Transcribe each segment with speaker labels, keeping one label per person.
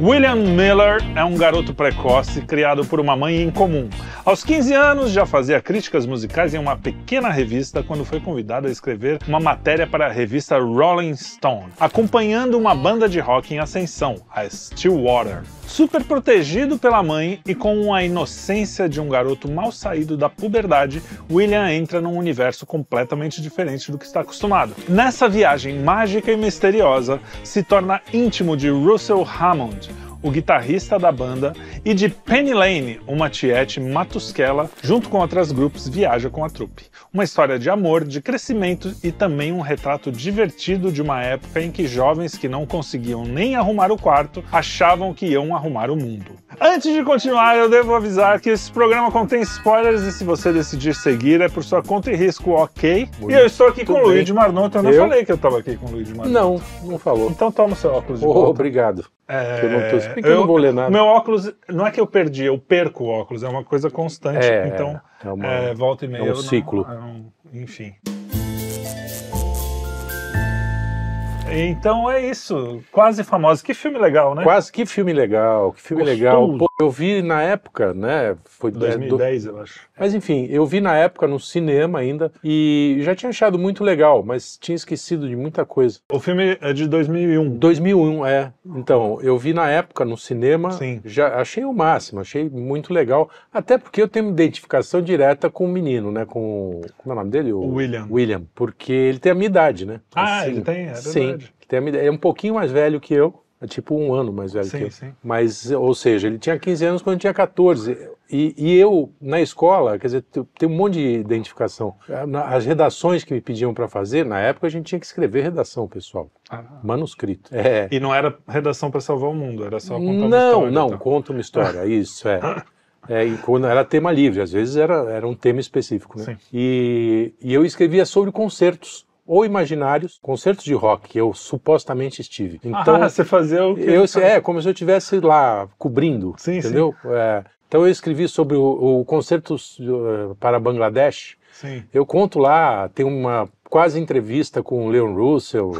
Speaker 1: William Miller é um garoto precoce criado por uma mãe incomum. Aos 15 anos já fazia críticas musicais em uma pequena revista quando foi convidado a escrever uma matéria para a revista Rolling Stone, acompanhando uma banda de rock em ascensão, a Stillwater. Super protegido pela mãe e com a inocência de um garoto mal saído da puberdade, William entra num universo completamente diferente do que está acostumado. Nessa viagem mágica e misteriosa, se torna íntimo de Russell Hammond, o guitarrista da banda, e de Penny Lane, uma tiete matusquela, junto com outras grupos, viaja com a trupe. Uma história de amor, de crescimento e também um retrato divertido de uma época em que jovens que não conseguiam nem arrumar o quarto achavam que iam arrumar o mundo. Antes de continuar, eu devo avisar que esse programa contém spoilers e se você decidir seguir é por sua conta e risco, ok? e eu estou aqui com o
Speaker 2: bem.
Speaker 1: Luigi Marnoto, eu não
Speaker 2: Eu?
Speaker 1: falei que eu estava aqui com o Luigi Marnoto.
Speaker 2: Não, não falou.
Speaker 1: Então toma o seu óculos de
Speaker 2: Ô,
Speaker 1: volta.
Speaker 2: obrigado.
Speaker 1: É,
Speaker 2: Eu não tô- se bem que eu não vou ler nada.
Speaker 1: Meu óculos, não é que eu perdi, eu perco o óculos, é uma coisa constante.
Speaker 2: É,
Speaker 1: então,
Speaker 2: é uma-
Speaker 1: é, volta e meia.
Speaker 2: é um
Speaker 1: eu não-
Speaker 2: ciclo.
Speaker 1: é um- enfim. Então é isso. Quase famosa. Que filme legal, né?
Speaker 2: Quase que filme legal, que filme
Speaker 1: Gostoso.
Speaker 2: legal. Pô, eu vi na época, né? Foi é, do-
Speaker 1: 2010, eu acho.
Speaker 2: Mas enfim, eu vi na época no cinema ainda e já tinha achado muito legal, mas tinha esquecido de muita coisa.
Speaker 1: O filme é de 2001.
Speaker 2: 2001, é. Então, eu vi na época no cinema,
Speaker 1: Sim.
Speaker 2: já achei o máximo, achei muito legal, até porque eu tenho identificação direta com o menino, né, com como é o nome dele? O
Speaker 1: William.
Speaker 2: William, porque ele tem a minha idade, né?
Speaker 1: Ah, ele tem, é
Speaker 2: Sim,
Speaker 1: verdade.
Speaker 2: ele tem a minha idade. Ele é um pouquinho mais velho que eu, é tipo um ano mais velho que
Speaker 1: Sim,
Speaker 2: eu.
Speaker 1: sim.
Speaker 2: Mas, ou seja, ele tinha 15 anos quando eu tinha 14. E, e eu, na escola, quer dizer, te- tem um monte de identificação. Ah, na- As redações que me pediam para fazer, na época a gente tinha que escrever redação, pessoal.
Speaker 1: Ah.
Speaker 2: Manuscrito. É.
Speaker 1: E não era redação para salvar o mundo, era só contar uma
Speaker 2: Não,
Speaker 1: história,
Speaker 2: não,
Speaker 1: então.
Speaker 2: conta uma história, isso, é. É, e quando era tema livre, às vezes era, era um tema específico, né?
Speaker 1: Sim.
Speaker 2: E, e eu escrevia sobre concertos, ou imaginários, concertos de rock, que eu supostamente estive. Então,
Speaker 1: ah, você fazia o que
Speaker 2: eu, é, como se eu estivesse lá cobrindo,
Speaker 1: Sim,
Speaker 2: entendeu? É, então eu escrevi sobre o, o concerto eh, para Bangladesh.
Speaker 1: então? Sim.
Speaker 2: Eu conto lá, tem uma quase entrevista com o Leon Russell,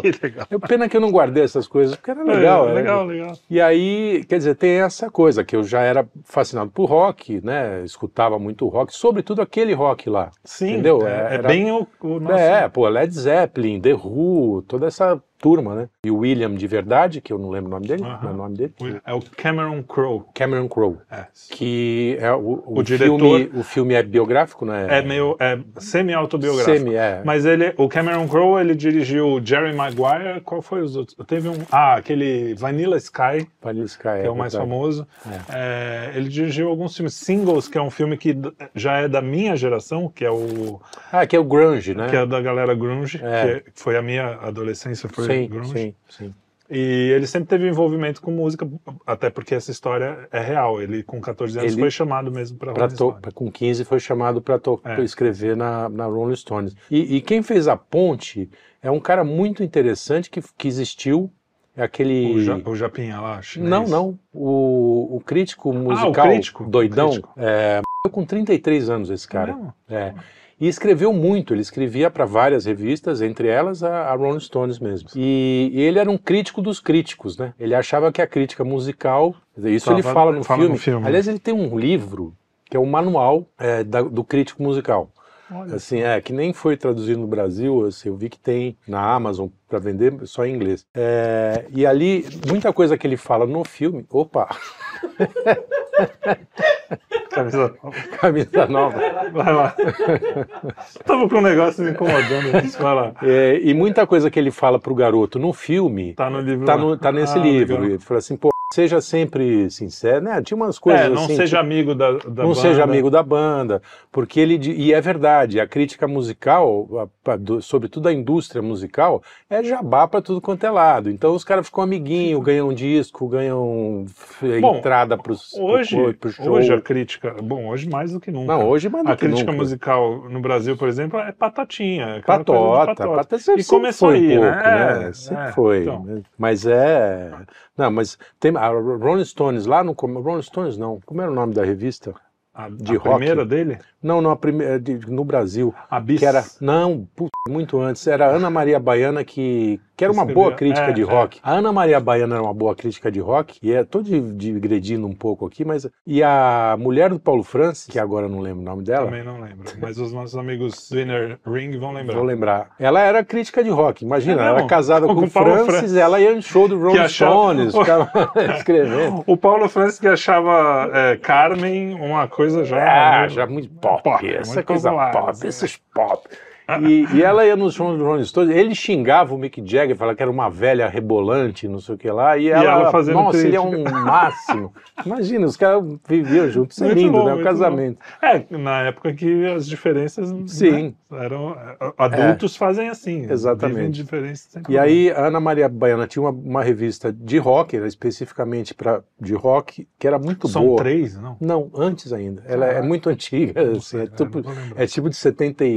Speaker 1: que legal.
Speaker 2: Eu, pena que eu não guardei essas coisas, porque era legal.
Speaker 1: É,
Speaker 2: né?
Speaker 1: legal, legal.
Speaker 2: E aí, quer dizer, tem essa coisa que eu já era fascinado por rock, né? Escutava muito rock, sobretudo aquele rock lá.
Speaker 1: Sim,
Speaker 2: Entendeu?
Speaker 1: É,
Speaker 2: É,
Speaker 1: é
Speaker 2: era-
Speaker 1: bem o, o nosso.
Speaker 2: É, pô, Led Zeppelin, The Who, toda essa turma, né? E o William de verdade, que eu não lembro o nome dele,
Speaker 1: Aham.
Speaker 2: não é o nome dele.
Speaker 1: É o Cameron Crowe.
Speaker 2: Cameron Crowe,
Speaker 1: É.
Speaker 2: que é o, o
Speaker 1: O diretor-
Speaker 2: filme, o filme é biográfico, né?
Speaker 1: É meio é semi-autobiográfico.
Speaker 2: Semi, é.
Speaker 1: Mas ele, o Cameron Crowe, ele dirigiu o Jerry Maguire, qual foi os outros? Teve um, ah, aquele Vanilla Sky,
Speaker 2: Vanilla Sky,
Speaker 1: que é, o mais
Speaker 2: verdade.
Speaker 1: famoso. É, ele dirigiu alguns filmes singles, que é um filme que d- já é da minha geração, que é o
Speaker 2: Ah, que é o grunge, né?
Speaker 1: que é da galera grunge,
Speaker 2: É.
Speaker 1: que foi a minha adolescência foi
Speaker 2: Sim,
Speaker 1: grunge.
Speaker 2: sim, sim.
Speaker 1: E ele sempre teve envolvimento com música, até porque essa história é real. Ele com 14 anos
Speaker 2: Ele-
Speaker 1: foi chamado mesmo para
Speaker 2: Pra to- com 15 foi chamado para
Speaker 1: É.
Speaker 2: escrever na, na Rolling Stones. E, e quem fez a ponte é um cara muito interessante que, que existiu. É aquele.
Speaker 1: O, ja, o Japinha lá, chinês. Ah,
Speaker 2: Não, não. O, o crítico musical
Speaker 1: crítico,
Speaker 2: doidão.
Speaker 1: o crítico.
Speaker 2: é, morreu com 33 anos esse cara.
Speaker 1: Não.
Speaker 2: É. E escreveu muito, ele escrevia para várias revistas, entre elas a, a Rolling Stones mesmo. E, e ele era um crítico dos críticos, né? Ele achava que a crítica musical, quer dizer, isso
Speaker 1: Tava-
Speaker 2: ele fala, no,
Speaker 1: fala
Speaker 2: filme.
Speaker 1: no filme.
Speaker 2: Aliás, ele tem um livro que é o manual é, da- do crítico musical.
Speaker 1: Olha.
Speaker 2: Assim, é, que nem foi traduzido no Brasil, assim, eu vi que tem na Amazon para vender só em inglês. É, e ali, muita coisa que ele fala no filme. Opa,
Speaker 1: Camisa.
Speaker 2: camisa nova.
Speaker 1: Vai lá. Tava com um negócio me incomodando. Isso, vai lá.
Speaker 2: É, e muita coisa que ele fala pro garoto no filme
Speaker 1: Tá no livro.
Speaker 2: tá,
Speaker 1: lá.
Speaker 2: no- tá nesse
Speaker 1: Ah,
Speaker 2: livro.
Speaker 1: legal.
Speaker 2: Ele fala assim, pô, seja sempre sincero, né? Tinha umas coisas
Speaker 1: É, não
Speaker 2: assim.
Speaker 1: seja
Speaker 2: tipo,
Speaker 1: amigo da, da
Speaker 2: não
Speaker 1: banda.
Speaker 2: seja amigo da banda, porque ele di- e é verdade, a crítica musical, a- a- do- sobretudo a indústria musical, é jabá pra tudo quanto é lado. Então os caras ficam amiguinho, ganham um disco, ganham f-
Speaker 1: Bom,
Speaker 2: entrada pros
Speaker 1: Hoje,
Speaker 2: pro, pro show.
Speaker 1: hoje a crítica. Bom, hoje mais do que nunca.
Speaker 2: não, hoje mais do
Speaker 1: a
Speaker 2: que
Speaker 1: crítica
Speaker 2: nunca.
Speaker 1: musical no Brasil, por exemplo, é patatinha. aquela coisa de
Speaker 2: um Patota,
Speaker 1: patota.
Speaker 2: patota sempre
Speaker 1: E começou
Speaker 2: foi um
Speaker 1: aí,
Speaker 2: pouco,
Speaker 1: né? É,
Speaker 2: Sempre
Speaker 1: é,
Speaker 2: foi.
Speaker 1: então.
Speaker 2: né? Mas é. Não, mas tem. A Rolling Stones lá no. come- Rolling Stones não. Como era o nome da revista?
Speaker 1: A,
Speaker 2: De
Speaker 1: a primeira
Speaker 2: rock.
Speaker 1: dele?
Speaker 2: Não, não, a primeira, de- no Brasil.
Speaker 1: A Bis.
Speaker 2: Que era. Não, putz, muito antes. Era a Ana Maria Baiana que. Que era uma
Speaker 1: Escreveu.
Speaker 2: boa crítica
Speaker 1: É,
Speaker 2: de
Speaker 1: é.
Speaker 2: rock. A Ana Maria Baiana era uma boa crítica de rock, e é, tô di- digredindo um pouco aqui, mas. E a mulher do Paulo Francis, que agora eu não lembro o nome dela.
Speaker 1: Também não lembro. Mas os nossos amigos Winner Ring vão lembrar.
Speaker 2: Vou lembrar. Ela era crítica de rock, imagina.
Speaker 1: É
Speaker 2: ela era
Speaker 1: mesmo?
Speaker 2: casada
Speaker 1: Com
Speaker 2: com,
Speaker 1: o
Speaker 2: o
Speaker 1: Paulo
Speaker 2: Francis,
Speaker 1: Francis.
Speaker 2: ela ia no show do Rolling
Speaker 1: achava-
Speaker 2: Stones, ficava escrevendo.
Speaker 1: O Paulo Francis que achava é, Carmen uma coisa já.
Speaker 2: Ah,
Speaker 1: né?
Speaker 2: já muito pop,
Speaker 1: Pop,
Speaker 2: essa
Speaker 1: muito
Speaker 2: coisa
Speaker 1: popular,
Speaker 2: pop,
Speaker 1: assim,
Speaker 2: esses pop. E, e ela ia nos shows do Rolling Stones, ele xingava o Mick Jagger, falava que era uma velha rebolante, não sei o que lá, e ela,
Speaker 1: ela fazendo
Speaker 2: nossa, ele é um
Speaker 1: crítica."
Speaker 2: máximo. Imagina, os caras viviam juntos, isso é
Speaker 1: Muito
Speaker 2: lindo,
Speaker 1: bom,
Speaker 2: né, o
Speaker 1: muito
Speaker 2: casamento.
Speaker 1: É, na época que as diferenças. né,
Speaker 2: Sim. É.
Speaker 1: eram, adultos fazem assim.
Speaker 2: Exatamente.
Speaker 1: Vivem diferenças sem
Speaker 2: E
Speaker 1: problema.
Speaker 2: aí, a Ana Maria Baiana tinha uma, uma revista de rock, era especificamente pra, de rock, que era muito
Speaker 1: São
Speaker 2: boa.
Speaker 1: três, não?
Speaker 2: Não, antes ainda. Ela é
Speaker 1: Caraca.
Speaker 2: muito antiga,
Speaker 1: Não
Speaker 2: assim,
Speaker 1: sei,
Speaker 2: é,
Speaker 1: cara,
Speaker 2: tipo,
Speaker 1: não vou lembrar.
Speaker 2: é tipo de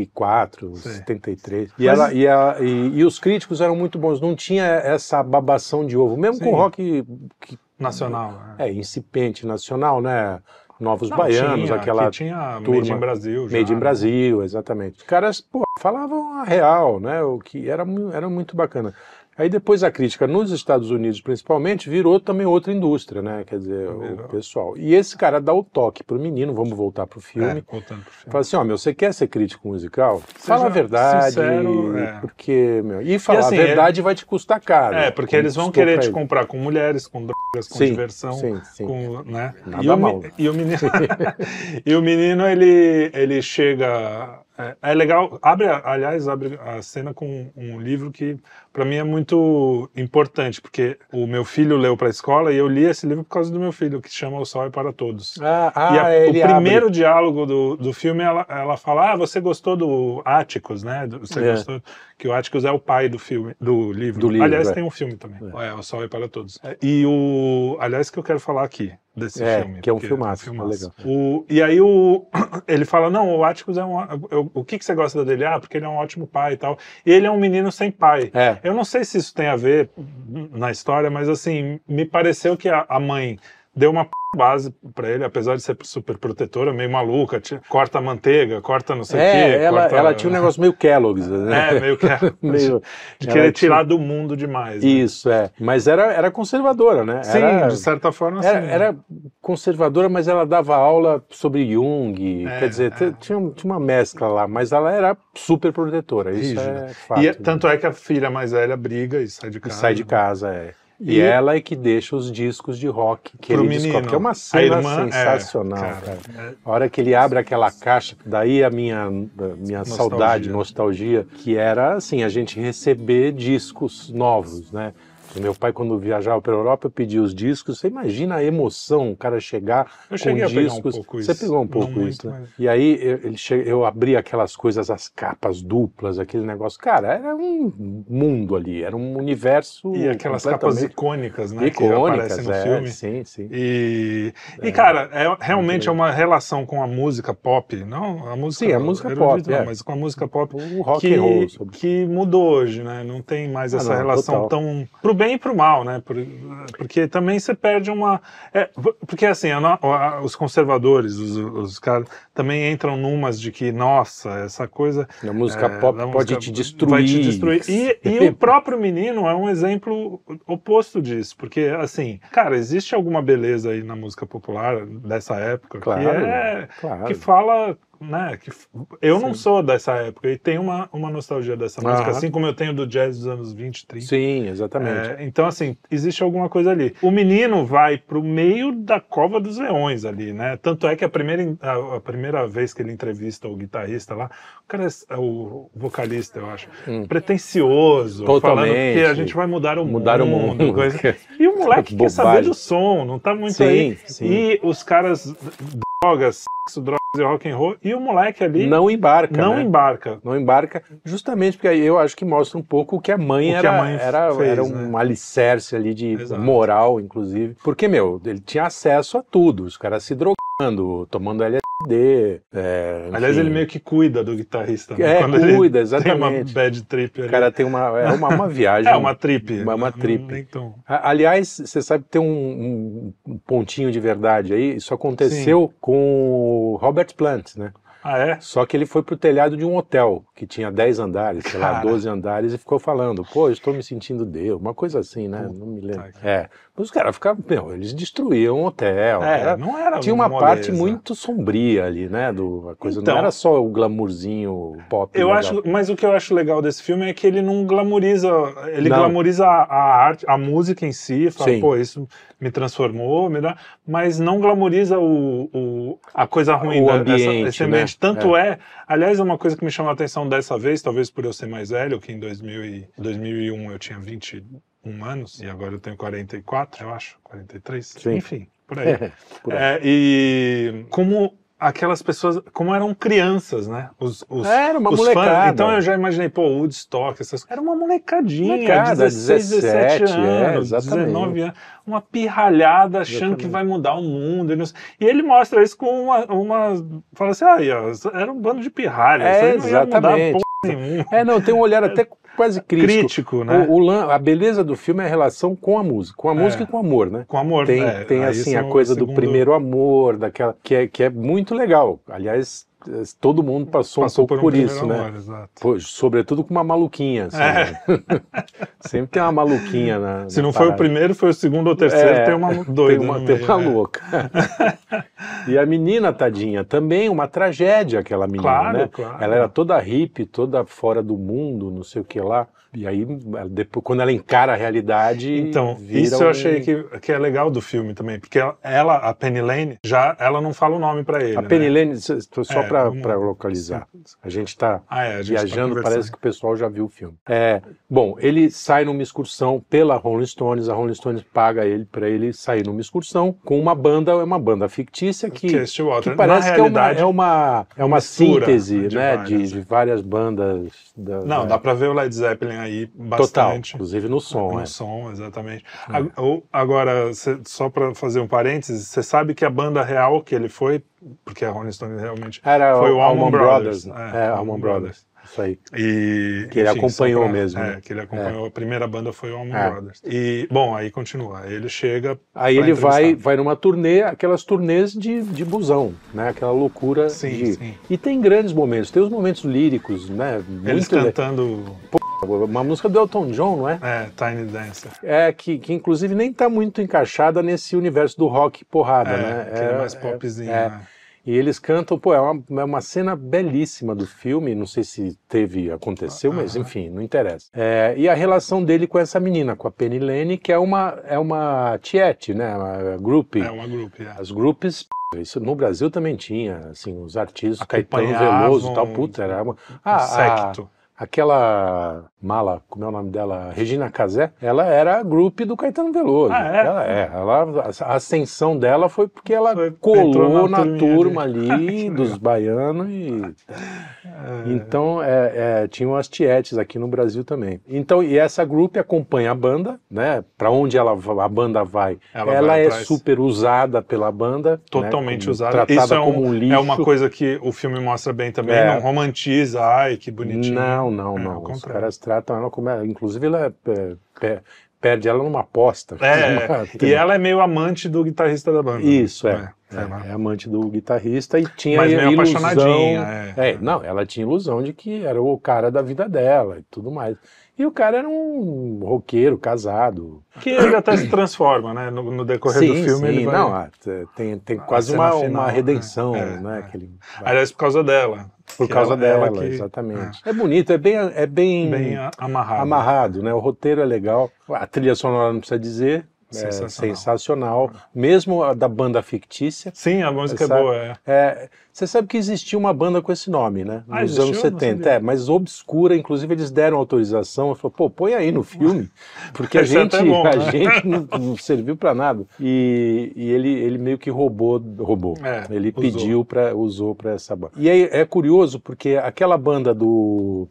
Speaker 2: 74,
Speaker 1: Sei.
Speaker 2: 73. E,
Speaker 1: Mas-
Speaker 2: ela, e, a- e- e os críticos eram muito bons, não tinha essa babação de ovo, mesmo
Speaker 1: Sim.
Speaker 2: com o rock que
Speaker 1: Nacional. né?
Speaker 2: é incipente nacional, né? Novos
Speaker 1: Não,
Speaker 2: Baianos,
Speaker 1: tinha,
Speaker 2: aquela
Speaker 1: que tinha Made
Speaker 2: turma.
Speaker 1: in Brasil. já,
Speaker 2: Made in
Speaker 1: né?
Speaker 2: Brasil, exatamente. Os caras, pô, falavam a real, né? O que era, mu- era muito bacana. Aí depois a crítica nos Estados Unidos, principalmente, virou também outra indústria, né? Quer dizer,
Speaker 1: Virou.
Speaker 2: o pessoal. E esse cara dá o toque pro menino, vamos voltar pro
Speaker 1: É,
Speaker 2: filme.
Speaker 1: voltando pro filme.
Speaker 2: Fala assim, ó, meu, você quer ser crítico musical? Fala a verdade,
Speaker 1: sincero, é.
Speaker 2: porque, meu, e falar
Speaker 1: assim,
Speaker 2: a verdade vai te custar caro.
Speaker 1: É, porque eles vão
Speaker 2: Custou
Speaker 1: querer
Speaker 2: pra
Speaker 1: te
Speaker 2: ele.
Speaker 1: comprar com mulheres, com drogas, com
Speaker 2: Sim,
Speaker 1: diversão,
Speaker 2: sim, sim.
Speaker 1: com, né?
Speaker 2: Nada
Speaker 1: e, o,
Speaker 2: mal.
Speaker 1: me- e o menino, e o menino ele, ele chega, é, é legal, abre, a- aliás, abre a cena com um livro que para mim é muito importante, porque o meu filho leu para a escola e eu li esse livro por causa do meu filho, que chama O Sol é para Todos.
Speaker 2: Ah, ah
Speaker 1: E a-
Speaker 2: ele
Speaker 1: o
Speaker 2: abre.
Speaker 1: primeiro diálogo do, do filme, ela, ela fala: Ah, você gostou do Áticos, né? Do- Você
Speaker 2: É.
Speaker 1: gostou que o Áticos é o pai do filme, do livro.
Speaker 2: Do livro,
Speaker 1: aliás,
Speaker 2: é.
Speaker 1: tem um filme também. É, O Sol é para Todos. É, E o. Aliás, que eu quero falar aqui desse
Speaker 2: É,
Speaker 1: filme.
Speaker 2: que é um
Speaker 1: porque
Speaker 2: filmaço, legal.
Speaker 1: O, e aí o, ele fala: Não, o Áticos é um. eu- o que, que você gosta dele? Ah, porque ele é um ótimo pai e tal. E ele é um menino sem pai.
Speaker 2: É.
Speaker 1: Eu não sei se isso tem a ver na história, mas assim, me pareceu que a, a mãe deu uma p- base pra ele, apesar de ser super protetora, meio maluca, ti- corta a manteiga, corta não sei o quê.
Speaker 2: É, ela,
Speaker 1: corta-
Speaker 2: ela tinha um negócio meio Kellogg's, né?
Speaker 1: É, meio que.
Speaker 2: Meio-
Speaker 1: de
Speaker 2: ela
Speaker 1: querer
Speaker 2: tinha-
Speaker 1: tirar do mundo demais. né?
Speaker 2: Isso, é. Mas era, era conservadora, né?
Speaker 1: Sim,
Speaker 2: era,
Speaker 1: de certa forma,
Speaker 2: era,
Speaker 1: sim.
Speaker 2: era conservadora, mas ela dava aula sobre Jung,
Speaker 1: É,
Speaker 2: quer dizer,
Speaker 1: é.
Speaker 2: t- tinha, um- tinha uma mescla lá, mas ela era super protetora, isso
Speaker 1: Rígida.
Speaker 2: é fato.
Speaker 1: E é-
Speaker 2: né?
Speaker 1: tanto é que a filha mais velha briga e sai de
Speaker 2: E
Speaker 1: casa.
Speaker 2: sai de casa, é. E,
Speaker 1: E-
Speaker 2: ela é que deixa os discos de rock que
Speaker 1: Pro
Speaker 2: ele
Speaker 1: menino.
Speaker 2: descobre, que é uma
Speaker 1: A
Speaker 2: cena
Speaker 1: irmã, é,
Speaker 2: sensacional,
Speaker 1: cara,
Speaker 2: cara.
Speaker 1: é.
Speaker 2: A hora que ele abre aquela caixa, daí a minha, a minha
Speaker 1: Nostalgia.
Speaker 2: saudade, nostalgia, que era assim, a gente receber discos novos, né? O Meu pai, quando viajava pela Europa, eu pedia os discos. Você imagina a emoção, o cara chegar
Speaker 1: Eu
Speaker 2: com
Speaker 1: cheguei a pegar um
Speaker 2: discos.
Speaker 1: pouco
Speaker 2: Você
Speaker 1: isso.
Speaker 2: pegou um
Speaker 1: Não
Speaker 2: pouco
Speaker 1: muito,
Speaker 2: isso, né?
Speaker 1: mas-
Speaker 2: E aí eu, ele che- eu abri aquelas coisas, as capas duplas, aquele negócio. Cara, era um mundo ali, era um universo.
Speaker 1: E aquelas capas
Speaker 2: completamente
Speaker 1: icônicas, né? que
Speaker 2: icônicas,
Speaker 1: aparecem no
Speaker 2: é,
Speaker 1: filme.
Speaker 2: sim, sim.
Speaker 1: E, e, cara, é- realmente é uma relação com a música pop, não? A música,
Speaker 2: Sim, a música
Speaker 1: erudita
Speaker 2: pop,
Speaker 1: não,
Speaker 2: é.
Speaker 1: mas com a música pop
Speaker 2: O Um rock
Speaker 1: que,
Speaker 2: and roll, sobre-
Speaker 1: que mudou hoje, né? Não tem mais
Speaker 2: Ah,
Speaker 1: essa
Speaker 2: não,
Speaker 1: relação
Speaker 2: total.
Speaker 1: tão pro bem e pro mal, né? Por- porque também você perde uma, é, porque assim a no- a- os conservadores, os, os caras também entram numas de que nossa essa coisa
Speaker 2: A música
Speaker 1: é,
Speaker 2: pop
Speaker 1: da
Speaker 2: pode
Speaker 1: música
Speaker 2: te destruir.
Speaker 1: Vai te destruir. E, e o próprio menino é um exemplo oposto disso, porque, assim, cara, existe alguma beleza aí na música popular dessa época que,
Speaker 2: Claro,
Speaker 1: é,
Speaker 2: claro.
Speaker 1: que fala. Né, que f- eu não
Speaker 2: Sim.
Speaker 1: sou dessa época e tenho uma, uma nostalgia dessa música,
Speaker 2: Aham.
Speaker 1: assim como eu tenho do jazz dos anos 20, 30.
Speaker 2: Sim, exatamente.
Speaker 1: É, então, assim, existe alguma coisa ali. O menino vai pro meio da cova dos leões ali, né? Tanto é que a primeira, a, a primeira vez que ele entrevista o guitarrista lá, o cara é s- é o vocalista, eu acho, pretencioso, falando
Speaker 2: Hum. Totalmente.
Speaker 1: que a gente vai mudar é o
Speaker 2: Mudar o
Speaker 1: mundo.
Speaker 2: mundo.
Speaker 1: coisa. E o moleque quer saber
Speaker 2: Bobagem.
Speaker 1: do som, não tá muito
Speaker 2: Sim,
Speaker 1: aí.
Speaker 2: sim.
Speaker 1: E os caras, drogas, sexo, drogas e rock and roll, e o moleque ali não,
Speaker 2: Não embarca. né?
Speaker 1: embarca.
Speaker 2: Não embarca, justamente porque aí eu acho que mostra um pouco o que a mãe
Speaker 1: O que
Speaker 2: era,
Speaker 1: a mãe
Speaker 2: era,
Speaker 1: fez,
Speaker 2: era
Speaker 1: né?
Speaker 2: um alicerce ali de
Speaker 1: Exato.
Speaker 2: moral, inclusive. Porque, meu, ele tinha acesso a tudo, os caras se drogando, tomando LSD. é,
Speaker 1: Aliás,
Speaker 2: enfim.
Speaker 1: ele meio que cuida do guitarrista. né?
Speaker 2: É, cuida,
Speaker 1: ele tem uma
Speaker 2: exatamente.
Speaker 1: bad trip ali.
Speaker 2: O cara tem uma, é uma, uma viagem.
Speaker 1: É uma trip.
Speaker 2: Uma, uma
Speaker 1: Não-
Speaker 2: trip.
Speaker 1: nem tão-
Speaker 2: A- Aliás, você sabe que tem um, um- um pontinho de verdade aí. Isso aconteceu com o Robert Plant, né?
Speaker 1: Ah, é?
Speaker 2: Só que ele foi pro telhado de um hotel, que tinha 10 andares, sei lá,
Speaker 1: Cara.
Speaker 2: 12 andares, e ficou falando, pô, eu estou me sentindo Deus, uma coisa assim, né? Não me lembro.
Speaker 1: Puta que-
Speaker 2: É. Mas os caras ficavam, meu, eles destruíam o hotel.
Speaker 1: É,
Speaker 2: era-
Speaker 1: não era
Speaker 2: tinha uma
Speaker 1: moleza.
Speaker 2: parte muito sombria ali, né? Do, a coisa
Speaker 1: Então.
Speaker 2: não era só o glamourzinho pop.
Speaker 1: Eu
Speaker 2: legal.
Speaker 1: acho, mas o que eu acho legal desse filme é que ele não glamoriza, ele
Speaker 2: Não.
Speaker 1: glamoriza a, a arte, a música em si, fala,
Speaker 2: Sim.
Speaker 1: pô, isso me transformou, me dá, mas não glamoriza o, o- a coisa ruim
Speaker 2: O
Speaker 1: da-
Speaker 2: ambiente,
Speaker 1: esse
Speaker 2: né?
Speaker 1: ambiente. Tanto é. aliás, é uma coisa que me chamou a atenção dessa vez, talvez por eu ser mais velho, que em 2000 e- 2001 eu tinha 21 anos e agora eu tenho 44, eu acho, 43,
Speaker 2: Sim.
Speaker 1: enfim, por aí.
Speaker 2: Por aí.
Speaker 1: É, e como aquelas pessoas, como eram crianças, né? Os, os,
Speaker 2: Era É, uma
Speaker 1: os
Speaker 2: molecada.
Speaker 1: fãs. Então eu já imaginei, pô, Woodstock, essas coisas. Era uma molecadinha,
Speaker 2: Molecada,
Speaker 1: 16, 17,
Speaker 2: 17, é,
Speaker 1: anos,
Speaker 2: exatamente.
Speaker 1: 19 anos. Uma pirralhada achando
Speaker 2: Exatamente.
Speaker 1: que vai mudar o mundo. E, não sei- e ele mostra isso com uma. uma fala assim, ah, ó, era um bando de pirralhas.
Speaker 2: É,
Speaker 1: isso aí não ia mudar
Speaker 2: exatamente.
Speaker 1: porra nenhuma.
Speaker 2: É, não, tem um olhar até quase crítico.
Speaker 1: Crítico, né?
Speaker 2: O- o lan- a beleza do filme é a relação com a música, com a
Speaker 1: É.
Speaker 2: música e com o amor, né?
Speaker 1: Com amor.
Speaker 2: Tem,
Speaker 1: é,
Speaker 2: tem
Speaker 1: aí
Speaker 2: assim,
Speaker 1: isso
Speaker 2: a
Speaker 1: é o
Speaker 2: coisa do
Speaker 1: segundo-
Speaker 2: primeiro amor, daquela que é, que é muito legal. Aliás, eh, todo mundo passou,
Speaker 1: Passou
Speaker 2: um pouco
Speaker 1: um
Speaker 2: por,
Speaker 1: primeiro
Speaker 2: isso, né?
Speaker 1: amor, exato.
Speaker 2: Pô, sobretudo com uma maluquinha. assim,
Speaker 1: É.
Speaker 2: né? Sempre tem uma maluquinha na.
Speaker 1: Se
Speaker 2: na
Speaker 1: não foi o
Speaker 2: parada.
Speaker 1: primeiro, foi o segundo ou terceiro,
Speaker 2: É,
Speaker 1: tem uma doida.
Speaker 2: Tem uma,
Speaker 1: no
Speaker 2: tem
Speaker 1: meio,
Speaker 2: uma
Speaker 1: né?
Speaker 2: louca. e a menina, tadinha, também uma tragédia aquela menina,
Speaker 1: Claro,
Speaker 2: né?
Speaker 1: claro.
Speaker 2: Ela era toda hippie, toda fora do mundo, não sei o que lá. E aí, ela- depois, quando ela encara a realidade.
Speaker 1: Então,
Speaker 2: vira
Speaker 1: isso eu
Speaker 2: um-
Speaker 1: achei que, que é legal do filme também, porque ela- ela, a Penny Lane, já ela não fala o nome pra ele.
Speaker 2: A
Speaker 1: né?
Speaker 2: Penny Lane, só só
Speaker 1: É,
Speaker 2: pra
Speaker 1: vamos-
Speaker 2: para localizar, a gente está
Speaker 1: Ah, é, a gente tá
Speaker 2: viajando,
Speaker 1: conversando.
Speaker 2: parece que o pessoal já viu o filme. É, bom, ele sai numa excursão pela Rolling Stones, a Rolling Stones paga ele para ele sair numa excursão com uma banda, é uma banda fictícia que,
Speaker 1: Que é Stillwater.
Speaker 2: que parece
Speaker 1: Na
Speaker 2: que é uma,
Speaker 1: realidade,
Speaker 2: é uma, é uma
Speaker 1: mistura
Speaker 2: síntese
Speaker 1: de
Speaker 2: né, de,
Speaker 1: várias. é.
Speaker 2: de várias bandas. Da,
Speaker 1: Não,
Speaker 2: da-
Speaker 1: dá pra ver o Led Zeppelin aí
Speaker 2: um né? total,
Speaker 1: bastante.
Speaker 2: inclusive no som.
Speaker 1: No
Speaker 2: é. Hum.
Speaker 1: som, exatamente. A- ou- Agora, cê- só pra fazer um parênteses, você sabe que a banda real que ele foi, porque a Rolling Stone realmente
Speaker 2: Era
Speaker 1: foi o Allman, Brothers.
Speaker 2: É, Allman Brothers. Isso aí.
Speaker 1: E,
Speaker 2: Que ele
Speaker 1: enfim,
Speaker 2: acompanhou
Speaker 1: só pra-
Speaker 2: mesmo,
Speaker 1: É,
Speaker 2: né?
Speaker 1: que ele acompanhou. A primeira banda foi o Allman
Speaker 2: É.
Speaker 1: Brothers. E, bom, aí continua. Ele chega.
Speaker 2: Aí
Speaker 1: pra
Speaker 2: ele vai,
Speaker 1: entrevistar.
Speaker 2: vai numa turnê, aquelas turnês de, de busão, né? Aquela loucura
Speaker 1: Sim,
Speaker 2: de...
Speaker 1: sim.
Speaker 2: E tem grandes momentos, tem os momentos líricos, né? Muito
Speaker 1: Eles
Speaker 2: le-
Speaker 1: cantando
Speaker 2: Uma música do Elton John, não é?
Speaker 1: é, Tiny Dancer.
Speaker 2: É, que, que inclusive nem tá muito encaixada nesse universo do rock porrada,
Speaker 1: É,
Speaker 2: né?
Speaker 1: que ele é mais popzinho.
Speaker 2: é.
Speaker 1: né?
Speaker 2: E eles cantam, pô, é uma, é uma cena belíssima do filme, não sei se teve, aconteceu, mas
Speaker 1: Aham.
Speaker 2: enfim, não interessa. É, e a relação dele com essa menina, com a Penny Lane, que é uma, é uma tiete, né? Uma groupie.
Speaker 1: É uma grupo. É.
Speaker 2: As grupos, p***, isso no Brasil também tinha, assim, os artistas, Caetano
Speaker 1: Acompanhavam
Speaker 2: Veloso e tal, puta, era uma... Ah, a-
Speaker 1: Secto.
Speaker 2: aquela mala, como é o nome dela? Regina Casé, ela era a grupo do Caetano Veloso.
Speaker 1: Ah, é?
Speaker 2: Ela, é, ela, a ascensão dela foi porque ela
Speaker 1: Foi- entrou
Speaker 2: colou
Speaker 1: na
Speaker 2: na,
Speaker 1: turminha né?
Speaker 2: turma
Speaker 1: Que
Speaker 2: ali dos baianos e... Então, é, é, tinham as tietes aqui no Brasil também. Então, e essa grupo acompanha a banda, né? Pra onde ela, va- a banda vai.
Speaker 1: Ela
Speaker 2: Ela,
Speaker 1: vai
Speaker 2: é
Speaker 1: atrás.
Speaker 2: super usada pela banda. né,
Speaker 1: Totalmente
Speaker 2: como-
Speaker 1: usada.
Speaker 2: Tratada
Speaker 1: Isso é, um-
Speaker 2: como um lixo.
Speaker 1: é uma coisa que o filme mostra bem também.
Speaker 2: É.
Speaker 1: Não romantiza. Ai, que bonitinho.
Speaker 2: Não, não,
Speaker 1: É, ao
Speaker 2: não. Os
Speaker 1: contrário.
Speaker 2: caras tratam ela como... Inclusive, ela é, pe- perde ela numa aposta.
Speaker 1: É, e ela é meio amante do guitarrista da banda.
Speaker 2: Isso, é.
Speaker 1: É, sei lá.
Speaker 2: É, é amante do guitarrista e tinha
Speaker 1: Mas
Speaker 2: a
Speaker 1: meio
Speaker 2: ilusão...
Speaker 1: apaixonadinha. É.
Speaker 2: É, não, ela tinha ilusão de que era o cara da vida dela e tudo mais. E o cara era um roqueiro, casado.
Speaker 1: Que ele até se transforma, né? No, no decorrer do filme ele vai...
Speaker 2: não, ah, t- tem, tem quase
Speaker 1: cena
Speaker 2: uma,
Speaker 1: final,
Speaker 2: uma
Speaker 1: né?
Speaker 2: redenção,
Speaker 1: É,
Speaker 2: né?
Speaker 1: é.
Speaker 2: aquele-
Speaker 1: Aliás, por causa dela.
Speaker 2: por
Speaker 1: que
Speaker 2: causa
Speaker 1: ela-
Speaker 2: dela,
Speaker 1: ela que-
Speaker 2: exatamente. É. bonito, é bem, é bem,
Speaker 1: Bem a- amarrado.
Speaker 2: amarrado, né? O roteiro é legal, a trilha sonora não precisa dizer,
Speaker 1: Sensacional.
Speaker 2: é sensacional, mesmo a da banda fictícia.
Speaker 1: Sim, a música é
Speaker 2: Sabe?
Speaker 1: boa, é.
Speaker 2: É, você sabe que existia uma banda com esse nome, né?
Speaker 1: Ah,
Speaker 2: Nos
Speaker 1: existiu?
Speaker 2: anos
Speaker 1: Não
Speaker 2: 70,
Speaker 1: sabia.
Speaker 2: é, mas obscura, inclusive eles deram autorização, eu falei, pô, põe aí no filme, porque a
Speaker 1: Isso é
Speaker 2: gente,
Speaker 1: até bom,
Speaker 2: a
Speaker 1: né?
Speaker 2: gente não, não serviu pra nada. E, e ele, ele meio que roubou, roubou.
Speaker 1: É,
Speaker 2: ele
Speaker 1: usou.
Speaker 2: pediu para usou para essa banda. E aí é curioso porque aquela banda do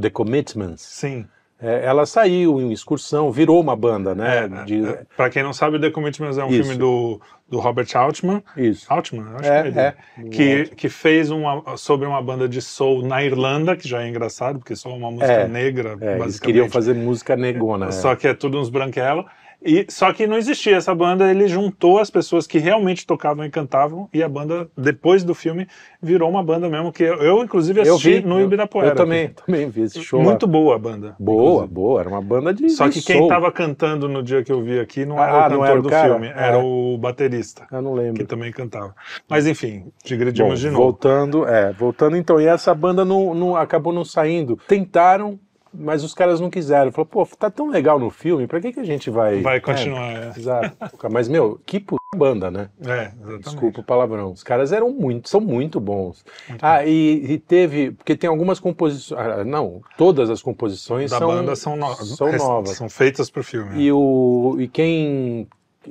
Speaker 2: The Commitments,
Speaker 1: Sim.
Speaker 2: é, ela saiu em excursão, virou uma banda, né?
Speaker 1: É,
Speaker 2: De-
Speaker 1: é, Pra quem não sabe, The Commitments é um
Speaker 2: Isso.
Speaker 1: filme do, do Robert Altman.
Speaker 2: Isso.
Speaker 1: Altman, eu acho
Speaker 2: É,
Speaker 1: que
Speaker 2: é.
Speaker 1: ele. Que, que fez uma, sobre uma banda de soul na Irlanda, que já é engraçado, porque só é uma música
Speaker 2: É,
Speaker 1: negra,
Speaker 2: É, eles
Speaker 1: basicamente.
Speaker 2: queriam fazer música negona. é.
Speaker 1: Só que é tudo uns branquelos. E, só que não existia essa banda, ele juntou as pessoas que realmente tocavam e cantavam, e a banda, depois do filme, virou uma banda mesmo, que eu, eu inclusive,
Speaker 2: Eu
Speaker 1: assisti
Speaker 2: vi,
Speaker 1: no
Speaker 2: eu-
Speaker 1: Ibirapuera. assim.
Speaker 2: eu também, também vi esse show. lá.
Speaker 1: Muito boa a banda.
Speaker 2: boa,
Speaker 1: inclusive.
Speaker 2: boa. Era uma banda de.
Speaker 1: Só
Speaker 2: de
Speaker 1: que quem
Speaker 2: soul.
Speaker 1: tava cantando no dia que eu vi aqui não era
Speaker 2: Ah,
Speaker 1: o cantor
Speaker 2: não era o
Speaker 1: do
Speaker 2: cara?
Speaker 1: filme, era
Speaker 2: É.
Speaker 1: o baterista,
Speaker 2: Eu não
Speaker 1: que
Speaker 2: lembro.
Speaker 1: também cantava. Mas enfim,
Speaker 2: Bom,
Speaker 1: digredimos de novo.
Speaker 2: voltando, é, voltando então, e essa banda não, não- acabou não saindo. Tentaram, mas os caras não quiseram. Falou, pô, tá tão legal no filme, pra que, que a gente vai.
Speaker 1: Vai continuar. É,
Speaker 2: É, exato. Mas, meu, que puta banda, né?
Speaker 1: é exatamente.
Speaker 2: Desculpa o palavrão. Os caras eram muito, são muito bons. ah, e, e teve, porque tem algumas composições, ah, não, todas as composições
Speaker 1: Da
Speaker 2: são,
Speaker 1: banda são, no...
Speaker 2: são
Speaker 1: res-
Speaker 2: novas.
Speaker 1: São é. feitas pro filme.
Speaker 2: E, o, e quem,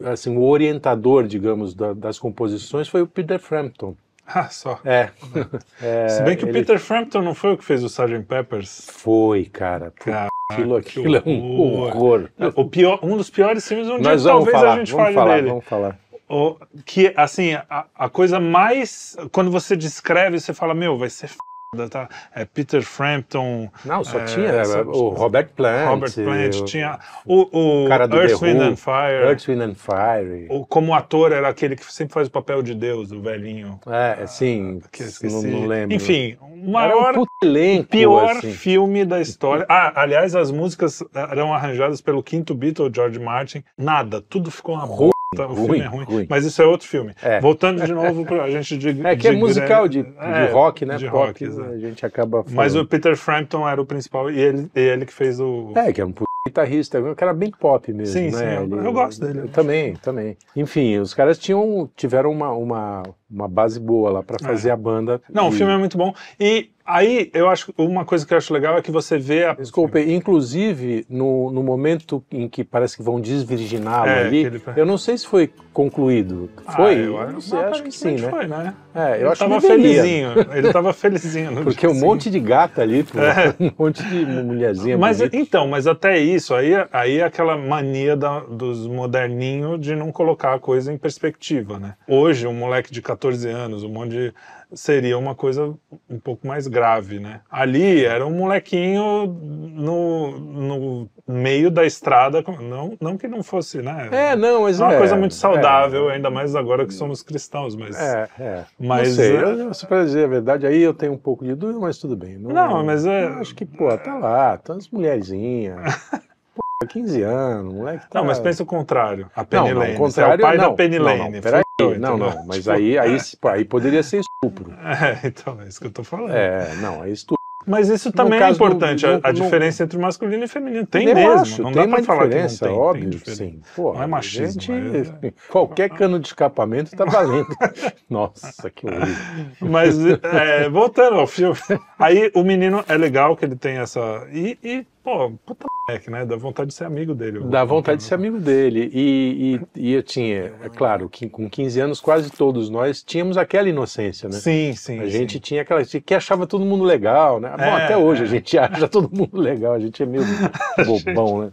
Speaker 2: assim, o orientador, digamos, da- das composições foi o Peter Frampton.
Speaker 1: Ah, só.
Speaker 2: É. É,
Speaker 1: Se bem que o
Speaker 2: ele
Speaker 1: Peter Frampton não foi o que fez o Sgt. Peppers.
Speaker 2: Foi, cara. Putz,
Speaker 1: Cara,
Speaker 2: aquilo
Speaker 1: que
Speaker 2: aquilo é um
Speaker 1: horror.
Speaker 2: horror.
Speaker 1: O pior, um dos piores filmes onde
Speaker 2: Nós vamos
Speaker 1: talvez
Speaker 2: falar,
Speaker 1: a gente
Speaker 2: vamos
Speaker 1: fale
Speaker 2: falar,
Speaker 1: dele.
Speaker 2: vamos falar.
Speaker 1: O- que, assim, a, a coisa mais. Quando você descreve, você fala, meu, vai ser foda, tá? É Peter Frampton,
Speaker 2: Não, só
Speaker 1: É,
Speaker 2: tinha
Speaker 1: só-
Speaker 2: o Robert Plant.
Speaker 1: Robert Plant,
Speaker 2: o
Speaker 1: tinha o, o
Speaker 2: cara do
Speaker 1: Earth,
Speaker 2: The
Speaker 1: Wind
Speaker 2: Who,
Speaker 1: and Fire.
Speaker 2: Earth, Wind and Fire.
Speaker 1: O- como ator, era aquele que sempre faz o papel de Deus, o velhinho.
Speaker 2: É, assim,
Speaker 1: Que eu
Speaker 2: não,
Speaker 1: esqueci.
Speaker 2: não lembro.
Speaker 1: Enfim, o
Speaker 2: Era um
Speaker 1: maior
Speaker 2: puto elenco,
Speaker 1: pior
Speaker 2: assim.
Speaker 1: filme da história. Ah, aliás, as músicas eram arranjadas pelo quinto Beatle, George Martin. Nada, tudo ficou uma ruim, O filme
Speaker 2: ruim,
Speaker 1: é ruim,
Speaker 2: ruim.
Speaker 1: Mas isso é outro filme.
Speaker 2: É.
Speaker 1: Voltando de novo para a gente de.
Speaker 2: É que é
Speaker 1: de-
Speaker 2: musical de,
Speaker 1: é,
Speaker 2: de rock, né?
Speaker 1: de
Speaker 2: Pop,
Speaker 1: rock, exato.
Speaker 2: a gente acaba falando.
Speaker 1: Mas o Peter Frampton era o principal e ele, e ele que fez o.
Speaker 2: É, que é um puto guitarrista, um cara bem pop mesmo,
Speaker 1: Sim,
Speaker 2: né?
Speaker 1: sim, eu- eu gosto dele.
Speaker 2: Eu também, também. Enfim, os caras tinham, tiveram uma, uma, uma base boa lá pra fazer a banda.
Speaker 1: É. Não, o
Speaker 2: E-
Speaker 1: filme é muito bom. E aí, eu acho. Uma coisa que eu acho legal é que você vê a.
Speaker 2: Desculpa, inclusive no, no momento em que parece que vão desvirginá-lo
Speaker 1: É,
Speaker 2: ali,
Speaker 1: que ele-
Speaker 2: eu não sei se foi concluído.
Speaker 1: Ah,
Speaker 2: Foi?
Speaker 1: eu acho,
Speaker 2: não sei, acho que sim, né?
Speaker 1: Foi, né?
Speaker 2: É, eu
Speaker 1: ele
Speaker 2: acho que
Speaker 1: tava
Speaker 2: deveria,
Speaker 1: felizinho. Ele tava felizinho. no
Speaker 2: Porque
Speaker 1: dia
Speaker 2: um monte de gata ali, pô,
Speaker 1: É.
Speaker 2: um monte de mulherzinha.
Speaker 1: Mas
Speaker 2: bonita.
Speaker 1: então, mas até isso, aí, aí é aquela mania da- dos moderninhos de não colocar a coisa em perspectiva, né? Hoje, um moleque de 14 anos, um monte de. seria uma coisa um pouco mais grave, né? Ali era um molequinho no, no meio da estrada, com- não, não que não fosse, né?
Speaker 2: É, não, mas
Speaker 1: É uma
Speaker 2: é,
Speaker 1: coisa muito
Speaker 2: é.
Speaker 1: saudável, ainda mais agora que somos cristãos, mas.
Speaker 2: É, é.
Speaker 1: Mas,
Speaker 2: não sei,
Speaker 1: é-
Speaker 2: eu, se pra dizer a verdade, aí eu tenho um pouco de dúvida, mas tudo bem.
Speaker 1: Não, mas é-
Speaker 2: eu Acho que, pô, tá lá, tá as mulherzinhas. pô, 15 anos, moleque tá...
Speaker 1: Não, mas pensa o contrário. A
Speaker 2: Não,
Speaker 1: Penny
Speaker 2: não,
Speaker 1: Lane.
Speaker 2: o
Speaker 1: Você é o
Speaker 2: contrário,
Speaker 1: pai
Speaker 2: não,
Speaker 1: da Penny
Speaker 2: não,
Speaker 1: Lane.
Speaker 2: Não, peraí,
Speaker 1: fudeu,
Speaker 2: não,
Speaker 1: entendeu?
Speaker 2: não, mas aí, aí, se- pô, aí poderia ser estupro.
Speaker 1: É, então, é isso que eu tô falando.
Speaker 2: É, não, é estupro.
Speaker 1: Mas isso também é
Speaker 2: caso do-
Speaker 1: importante, a- a,
Speaker 2: do- no-
Speaker 1: diferença entre masculino e feminino. Tem
Speaker 2: eu
Speaker 1: mesmo,
Speaker 2: acho,
Speaker 1: não
Speaker 2: tem
Speaker 1: dá pra
Speaker 2: uma
Speaker 1: falar que não
Speaker 2: diferença,
Speaker 1: tem. tem
Speaker 2: óbvio,
Speaker 1: diferença.
Speaker 2: sim. Pô,
Speaker 1: Não é machismo,
Speaker 2: gente,
Speaker 1: é-
Speaker 2: Qualquer cano de escapamento tá valendo. Nossa, que horrível.
Speaker 1: Mas, é, voltando ao filme, aí o menino é legal que ele tem essa... E, e, pô, puta moleque, né? Dá vontade de ser amigo dele. né?
Speaker 2: Dá vontade de ser amigo dele. E, e, e eu tinha, é claro, que com 15 anos quase todos nós tínhamos aquela inocência, né?
Speaker 1: Sim, sim.
Speaker 2: A
Speaker 1: sim.
Speaker 2: gente tinha aquela que achava todo mundo legal, né? Bom,
Speaker 1: É,
Speaker 2: até hoje
Speaker 1: é.
Speaker 2: a gente acha todo mundo legal, a gente é meio bobão, né?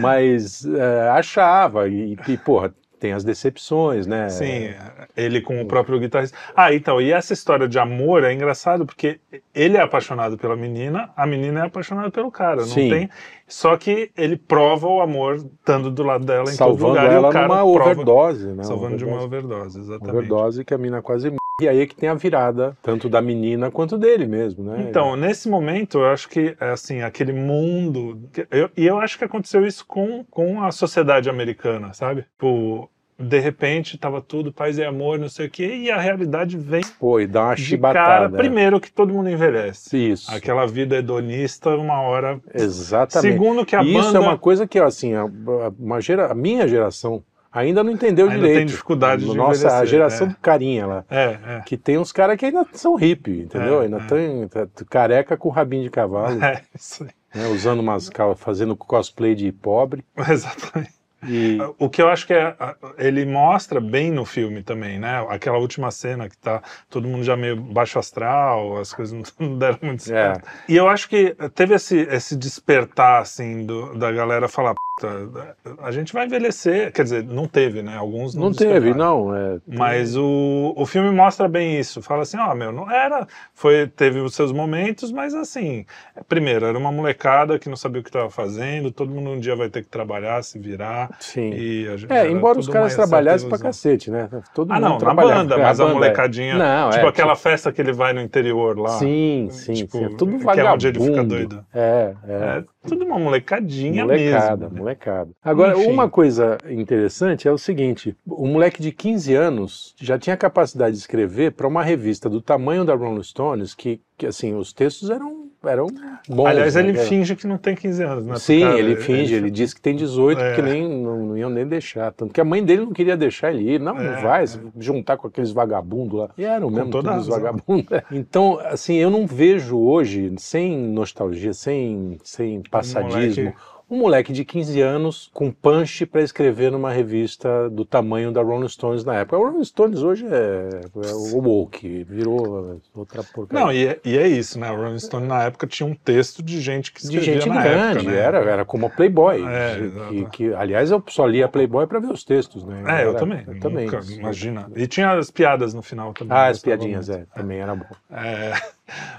Speaker 2: Mas é, achava, e, e, porra, tem as decepções, né?
Speaker 1: Sim, É, ele com o próprio guitarrista. Ah, então, e essa história de amor é engraçado porque ele é apaixonado pela menina, a menina é apaixonada pelo cara, não
Speaker 2: Sim.
Speaker 1: tem. Só que ele prova o amor estando do lado dela em todo
Speaker 2: Salvando
Speaker 1: lugar e
Speaker 2: ela
Speaker 1: o cara
Speaker 2: numa
Speaker 1: prova,
Speaker 2: overdose, né?
Speaker 1: salvando de uma
Speaker 2: overdose,
Speaker 1: overdose, exatamente.
Speaker 2: overdose né? que a mina quase morre. E aí é que tem a virada, tanto da menina quanto dele mesmo, né?
Speaker 1: Então, nesse momento, eu acho que, assim, aquele mundo. que- eu- E eu, acho que aconteceu isso com, com a sociedade americana, sabe? Tipo, de repente, tava tudo paz e amor, não sei o quê, e a realidade vem
Speaker 2: Pô, e dá uma
Speaker 1: de cara.
Speaker 2: chibatada. né?
Speaker 1: Primeiro, que todo mundo envelhece.
Speaker 2: Isso.
Speaker 1: Aquela vida hedonista, uma hora.
Speaker 2: Exatamente.
Speaker 1: Segundo, que a
Speaker 2: E isso
Speaker 1: banda
Speaker 2: é uma coisa que, assim, a, a- uma gera- a minha geração ainda não entendeu
Speaker 1: Ainda
Speaker 2: direito.
Speaker 1: tem dificuldade de
Speaker 2: Nossa, a
Speaker 1: envelhecer,
Speaker 2: geração
Speaker 1: é.
Speaker 2: do carinha lá.
Speaker 1: É, é.
Speaker 2: Que tem uns caras que ainda são hippie, entendeu?
Speaker 1: É,
Speaker 2: ainda
Speaker 1: é.
Speaker 2: tem tá- t- careca com rabinho de cavalo,
Speaker 1: É, isso aí.
Speaker 2: né? Usando umas cal- fazendo cosplay de pobre.
Speaker 1: Exatamente.
Speaker 2: E
Speaker 1: O que eu acho que é, ele mostra bem no filme também, né? Aquela última cena que tá todo mundo já meio baixo astral, as coisas não- não deram muito
Speaker 2: É.
Speaker 1: certo. E eu acho que teve esse, esse despertar, assim, do- da galera falar, Puta, a gente vai envelhecer. Quer dizer, não teve, né? Alguns não
Speaker 2: não teve,
Speaker 1: despertaram.
Speaker 2: não. é,
Speaker 1: Mas o, o filme mostra bem isso. Fala assim, ó, meu, não era. Foi, teve os seus momentos, mas assim, primeiro, era uma molecada que não sabia o que estava fazendo, todo mundo um dia vai ter que trabalhar, se virar. tocar.
Speaker 2: Sim.
Speaker 1: E a gente-
Speaker 2: É,
Speaker 1: era
Speaker 2: embora
Speaker 1: tudo
Speaker 2: os caras
Speaker 1: uma certa
Speaker 2: trabalhassem pra
Speaker 1: ilusão.
Speaker 2: cacete, né? Todo
Speaker 1: Ah,
Speaker 2: mundo
Speaker 1: não, na
Speaker 2: trabalhava,
Speaker 1: banda,
Speaker 2: porque a
Speaker 1: mas a,
Speaker 2: banda é-
Speaker 1: molecadinha.
Speaker 2: Não,
Speaker 1: tipo
Speaker 2: é,
Speaker 1: aquela festa que ele vai no interior lá.
Speaker 2: Sim, sim,
Speaker 1: tipo,
Speaker 2: sim. É tudo
Speaker 1: que é
Speaker 2: vagabundo.
Speaker 1: onde ele fica doido.
Speaker 2: É, é.
Speaker 1: É, tudo uma molecadinha
Speaker 2: molecada,
Speaker 1: mesmo. né?
Speaker 2: molecada. Agora,
Speaker 1: Enfim.
Speaker 2: uma coisa interessante é o seguinte: o moleque de 15 anos já tinha capacidade de escrever para uma revista do tamanho da Rolling Stones, que, que, assim, os textos eram, eram bons.
Speaker 1: Aliás,
Speaker 2: né?
Speaker 1: ele
Speaker 2: Era-
Speaker 1: finge que não tem 15 anos, né?
Speaker 2: Sim,
Speaker 1: Cara,
Speaker 2: ele finge, ele diz que tem 18,
Speaker 1: É.
Speaker 2: porque nem, não, não iam nem deixar. Tanto que a mãe dele não queria deixar ele ir. Não,
Speaker 1: É,
Speaker 2: não vai,
Speaker 1: é.
Speaker 2: se juntar com aqueles vagabundos lá. E eram mesmo
Speaker 1: toda
Speaker 2: todos
Speaker 1: a razão.
Speaker 2: vagabundos. Então, assim, eu não vejo hoje, sem nostalgia, sem, sem passadismo,
Speaker 1: Um moleque-
Speaker 2: um moleque de 15 anos com punch para escrever numa revista do tamanho da Rolling Stones na época. A Rolling Stones hoje é, é o woke, virou outra porcaria.
Speaker 1: Não, e é, e é isso, né? O Rolling Stone na época tinha um texto de gente que
Speaker 2: de
Speaker 1: escrevia
Speaker 2: gente
Speaker 1: na
Speaker 2: grande,
Speaker 1: época, né?
Speaker 2: era, era como a Playboy.
Speaker 1: É,
Speaker 2: de-
Speaker 1: exato.
Speaker 2: que, que- aliás, eu só lia Playboy para ver os textos, né?
Speaker 1: É, eu
Speaker 2: Era-
Speaker 1: também.
Speaker 2: Eu também.
Speaker 1: Nunca, imagina. E tinha as piadas no final também.
Speaker 2: Ah,
Speaker 1: eu
Speaker 2: as
Speaker 1: gostava
Speaker 2: piadinhas,
Speaker 1: muito.
Speaker 2: é, também era bom.
Speaker 1: É.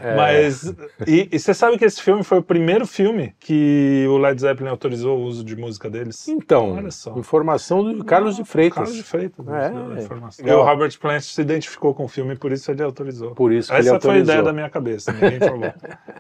Speaker 2: É.
Speaker 1: Mas. E, e você sabe que esse filme foi o primeiro filme que o Led Zeppelin autorizou o uso de música deles?
Speaker 2: Então,
Speaker 1: Olha só.
Speaker 2: informação do Carlos de Freitas.
Speaker 1: Carlos de Freitas.
Speaker 2: É.
Speaker 1: né, da informação. E
Speaker 2: Legal.
Speaker 1: o Robert Plant se identificou com o filme, por isso ele autorizou.
Speaker 2: Por isso que
Speaker 1: Essa
Speaker 2: ele
Speaker 1: foi a
Speaker 2: autorizou.
Speaker 1: ideia da minha cabeça, ninguém falou.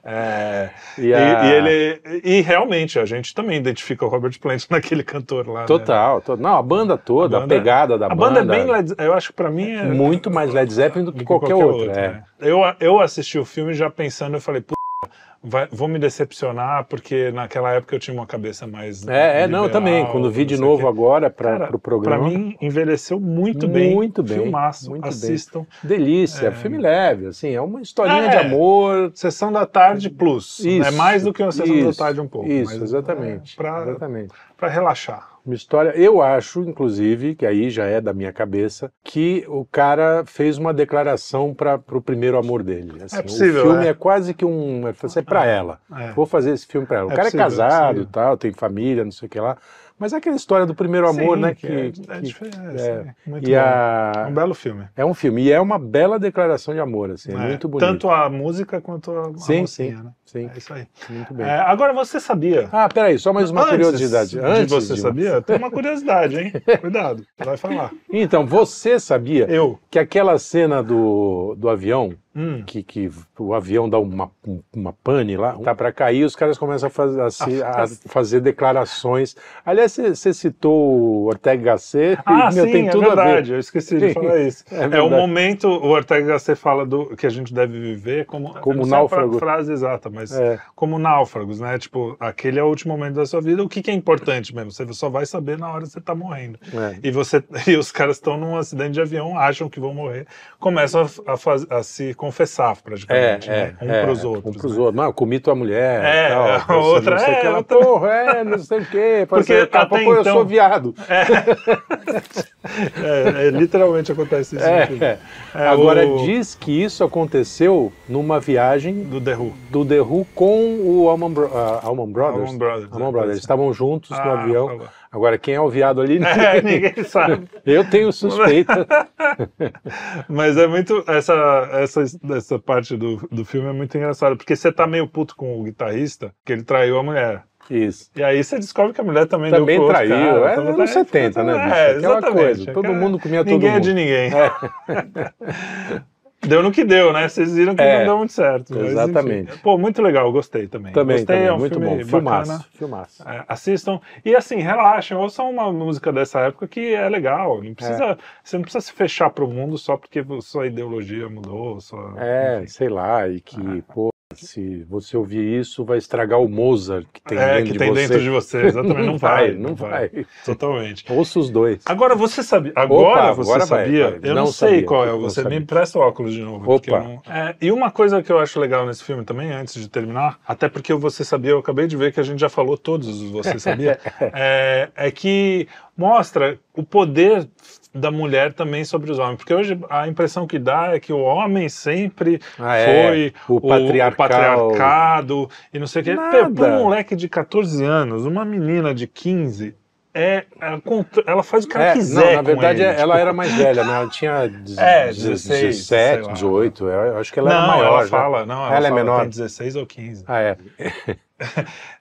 Speaker 1: É,
Speaker 2: E
Speaker 1: e,
Speaker 2: a-
Speaker 1: e ele, e realmente, a gente também identifica o Robert Plant naquele cantor lá. né?
Speaker 2: Total, to- não, a banda toda,
Speaker 1: A
Speaker 2: a,
Speaker 1: banda-
Speaker 2: pegada da
Speaker 1: A banda é bem Led Eu acho que pra mim é.
Speaker 2: muito mais Led Zeppelin do
Speaker 1: do
Speaker 2: que,
Speaker 1: que
Speaker 2: qualquer, outra. é.
Speaker 1: né? Eu, eu assisti o filme já pensando, eu falei, "Puta, vai, vou me decepcionar, porque naquela época eu tinha uma cabeça mais.
Speaker 2: É, é, não, eu
Speaker 1: liberal,
Speaker 2: também. Quando vi de
Speaker 1: né? não sei o
Speaker 2: novo
Speaker 1: quê.
Speaker 2: agora para
Speaker 1: Cara,
Speaker 2: o programa.
Speaker 1: Pra mim, envelheceu muito bem.
Speaker 2: Muito bem,
Speaker 1: Filmaço,
Speaker 2: muito bem.
Speaker 1: assistam.
Speaker 2: Delícia,
Speaker 1: É.
Speaker 2: filme leve, assim, é uma historinha
Speaker 1: É.
Speaker 2: de amor.
Speaker 1: Sessão da Tarde Plus.
Speaker 2: Isso,
Speaker 1: é mais do que uma Sessão da
Speaker 2: isso,
Speaker 1: Tarde um pouco.
Speaker 2: Isso,
Speaker 1: mas
Speaker 2: exatamente.
Speaker 1: É pra,
Speaker 2: Exatamente.
Speaker 1: pra relaxar.
Speaker 2: Uma história, eu acho, inclusive, que aí já é da minha cabeça, que o cara fez uma declaração para o primeiro amor dele. Assim,
Speaker 1: possível,
Speaker 2: o filme
Speaker 1: é.
Speaker 2: é. quase que um. Ele falou assim, É para ela.
Speaker 1: É.
Speaker 2: Vou fazer esse filme para ela. O
Speaker 1: É
Speaker 2: cara
Speaker 1: possível, é
Speaker 2: é casado
Speaker 1: possível.
Speaker 2: e tal, tem família, não sei o que lá. Mas é aquela história do primeiro amor,
Speaker 1: Sim,
Speaker 2: né?
Speaker 1: que é,
Speaker 2: que-
Speaker 1: é
Speaker 2: que-
Speaker 1: diferente.
Speaker 2: é.
Speaker 1: sim. Muito
Speaker 2: e
Speaker 1: bom.
Speaker 2: a-
Speaker 1: É um belo filme.
Speaker 2: É um filme, e é uma bela declaração de amor, assim, é,
Speaker 1: É,
Speaker 2: muito bonito.
Speaker 1: Tanto a música quanto a, a
Speaker 2: Sim,
Speaker 1: mocinha,
Speaker 2: sim.
Speaker 1: né?
Speaker 2: Sim,
Speaker 1: É isso aí.
Speaker 2: muito bem.
Speaker 1: É, agora você sabia.
Speaker 2: Ah, peraí, só mais uma
Speaker 1: Antes
Speaker 2: curiosidade. Antes
Speaker 1: de você
Speaker 2: de-
Speaker 1: sabia? Tem uma curiosidade, hein? Cuidado, vai falar.
Speaker 2: Então, você sabia
Speaker 1: Eu.
Speaker 2: que aquela cena do, do avião,
Speaker 1: Hum.
Speaker 2: que, que o avião dá uma, um- uma pane lá, tá pra cair, os caras começam a, faz- a se- a fazer declarações. Aliás, você- você citou o Ortega Gasset,
Speaker 1: Ah,
Speaker 2: e, meu,
Speaker 1: sim,
Speaker 2: tem tudo
Speaker 1: é
Speaker 2: a
Speaker 1: verdade.
Speaker 2: ver.
Speaker 1: Eu esqueci de
Speaker 2: Sim,
Speaker 1: falar isso.
Speaker 2: é
Speaker 1: É, o
Speaker 2: verdade.
Speaker 1: momento, o Ortega Gasset fala do que a gente deve viver como
Speaker 2: Como
Speaker 1: eu não sei a
Speaker 2: náufrago.
Speaker 1: fra- frase exata, mas
Speaker 2: É.
Speaker 1: como náufragos, né? Tipo, aquele é o último momento da sua vida. O que, que é importante mesmo? Você só vai saber na hora que você tá morrendo.
Speaker 2: É.
Speaker 1: E você, e os caras estão num acidente de avião, acham que vão morrer, começam a f- a, faz- a se confessar
Speaker 2: É,
Speaker 1: praticamente,
Speaker 2: é,
Speaker 1: né? Um
Speaker 2: é,
Speaker 1: pros
Speaker 2: Um
Speaker 1: outros.
Speaker 2: pros
Speaker 1: né?
Speaker 2: outros. Não, eu comi tua mulher.
Speaker 1: É,
Speaker 2: tal,
Speaker 1: a
Speaker 2: você
Speaker 1: outra-
Speaker 2: não sei o
Speaker 1: é,
Speaker 2: que lá.
Speaker 1: outra-
Speaker 2: Porra, é, não sei o quê. Porque
Speaker 1: Porque
Speaker 2: daqui a
Speaker 1: até
Speaker 2: pouco eu
Speaker 1: então-
Speaker 2: sou viado.
Speaker 1: É, é, literalmente acontece isso. no filme.
Speaker 2: É.
Speaker 1: É,
Speaker 2: Agora,
Speaker 1: o-
Speaker 2: diz que isso aconteceu numa viagem
Speaker 1: Do The Who.
Speaker 2: do The Who com o Alman, Bro- ah, Allman Brothers.
Speaker 1: Allman Brothers,
Speaker 2: Allman
Speaker 1: é, pode
Speaker 2: Brothers.
Speaker 1: ser.
Speaker 2: Eles estavam juntos no
Speaker 1: Ah,
Speaker 2: avião.
Speaker 1: falou.
Speaker 2: Agora, quem é o viado ali?
Speaker 1: É, ninguém sabe.
Speaker 2: Eu tenho suspeita.
Speaker 1: Mas é muito. Essa, essa, essa parte do, do filme é muito engraçada, porque você tá meio puto com o guitarrista, que ele traiu a mulher.
Speaker 2: Isso.
Speaker 1: E aí você descobre que a mulher também
Speaker 2: Também
Speaker 1: deu com outro
Speaker 2: traiu.
Speaker 1: cara,
Speaker 2: é
Speaker 1: também
Speaker 2: anos 70, né,
Speaker 1: É,
Speaker 2: bicho? Aquela
Speaker 1: exatamente.
Speaker 2: coisa. Todo
Speaker 1: Aquela-
Speaker 2: mundo comia todo
Speaker 1: Ninguém é
Speaker 2: mundo.
Speaker 1: de ninguém. deu no que deu, né? Vocês viram que
Speaker 2: É.
Speaker 1: não deu muito certo. mas, enfim.
Speaker 2: Exatamente.
Speaker 1: Pô, muito legal, gostei também.
Speaker 2: Também,
Speaker 1: gostei,
Speaker 2: também.
Speaker 1: é um
Speaker 2: muito
Speaker 1: filme
Speaker 2: bom.
Speaker 1: bacana.
Speaker 2: Filmaço. Filmaço.
Speaker 1: É, assistam e assim relaxem ouçam uma música dessa época que é legal não precisa você não precisa se fechar pro mundo só porque sua ideologia mudou sua...
Speaker 2: É,
Speaker 1: enfim.
Speaker 2: sei lá, e que,
Speaker 1: Ah.
Speaker 2: pô, se você ouvir isso, vai estragar o Mozart que tem,
Speaker 1: É,
Speaker 2: dentro,
Speaker 1: que
Speaker 2: de
Speaker 1: tem
Speaker 2: você.
Speaker 1: dentro de você exatamente não, vai
Speaker 2: não vai.
Speaker 1: totalmente
Speaker 2: Ouça os dois.
Speaker 1: agora você sabia agora
Speaker 2: Opa,
Speaker 1: você
Speaker 2: agora vai,
Speaker 1: sabia
Speaker 2: vai.
Speaker 1: eu não,
Speaker 2: Não
Speaker 1: sei
Speaker 2: sabia,
Speaker 1: qual é
Speaker 2: não
Speaker 1: você me
Speaker 2: sabia.
Speaker 1: empresta o óculos de novo porque
Speaker 2: Opa.
Speaker 1: eu não- É, e uma coisa que eu acho legal nesse filme também antes de terminar até porque o você sabia eu acabei de ver que a gente já falou todos os você sabia é, é que mostra o poder da mulher também sobre os homens. Porque hoje a impressão que dá é que o homem sempre
Speaker 2: Ah, é.
Speaker 1: foi
Speaker 2: O patriarcal.
Speaker 1: patriarcado e não sei o quê.
Speaker 2: Nada.
Speaker 1: Para um moleque de 14 anos, uma menina de 15, é, ela contra- ela faz o que ela
Speaker 2: É,
Speaker 1: quiser.
Speaker 2: não, na
Speaker 1: com
Speaker 2: verdade,
Speaker 1: ele,
Speaker 2: ela
Speaker 1: tipo,
Speaker 2: era mais velha, né? Ela tinha dez-
Speaker 1: É, 16,
Speaker 2: 17,
Speaker 1: sei lá.
Speaker 2: 18. é, Eu acho que ela
Speaker 1: não,
Speaker 2: era maior.
Speaker 1: ela
Speaker 2: já.
Speaker 1: fala, não, ela,
Speaker 2: Ela é
Speaker 1: fala,
Speaker 2: menor.
Speaker 1: tem 16 ou 15.
Speaker 2: Ah, é.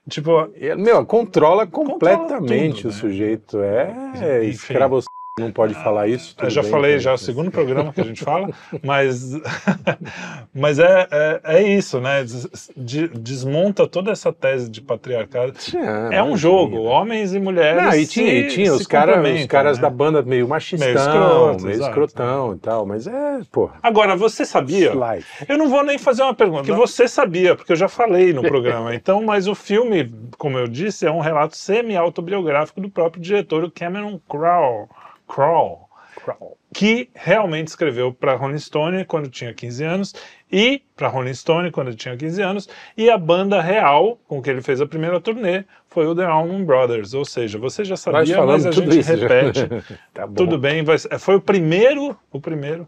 Speaker 1: Tipo,
Speaker 2: E, Meu, controla completamente
Speaker 1: tudo,
Speaker 2: o
Speaker 1: né?
Speaker 2: sujeito. É,
Speaker 1: Enfim. Ah,
Speaker 2: escravo não pode falar isso.
Speaker 1: eu
Speaker 2: tudo
Speaker 1: já
Speaker 2: bem,
Speaker 1: falei,
Speaker 2: cara.
Speaker 1: já é o segundo programa que a gente fala, mas, mas é, é, é isso, né? Des- de- desmonta toda essa tese de patriarcado.
Speaker 2: Tinha,
Speaker 1: É um
Speaker 2: imagina.
Speaker 1: jogo, é homens e mulheres.
Speaker 2: Não, e tinha, e
Speaker 1: se-
Speaker 2: tinha os,
Speaker 1: se
Speaker 2: cara, os
Speaker 1: complementam,
Speaker 2: caras
Speaker 1: né?
Speaker 2: da banda meio machistão, meio,
Speaker 1: escroto, exato.
Speaker 2: escrotão e tal, mas é, pô,
Speaker 1: Agora, você sabia?
Speaker 2: slide.
Speaker 1: Eu não vou nem fazer uma pergunta, que você sabia, porque eu já falei no programa. Então, mas o filme, como eu disse, é um relato semi-autobiográfico do próprio diretor o Cameron Crowe, Crowe, que realmente escreveu para Rolling Stone quando tinha 15 anos e para Rolling Stone quando tinha 15 anos e a banda real com que ele fez a primeira turnê foi o The Allman Brothers, ou seja, você já
Speaker 2: Nós
Speaker 1: sabia, mas
Speaker 2: falamos
Speaker 1: a
Speaker 2: tudo
Speaker 1: gente
Speaker 2: isso. já.
Speaker 1: repete.
Speaker 2: tá bom.
Speaker 1: Tudo bem, vai ser- é, foi o primeiro, o primeiro.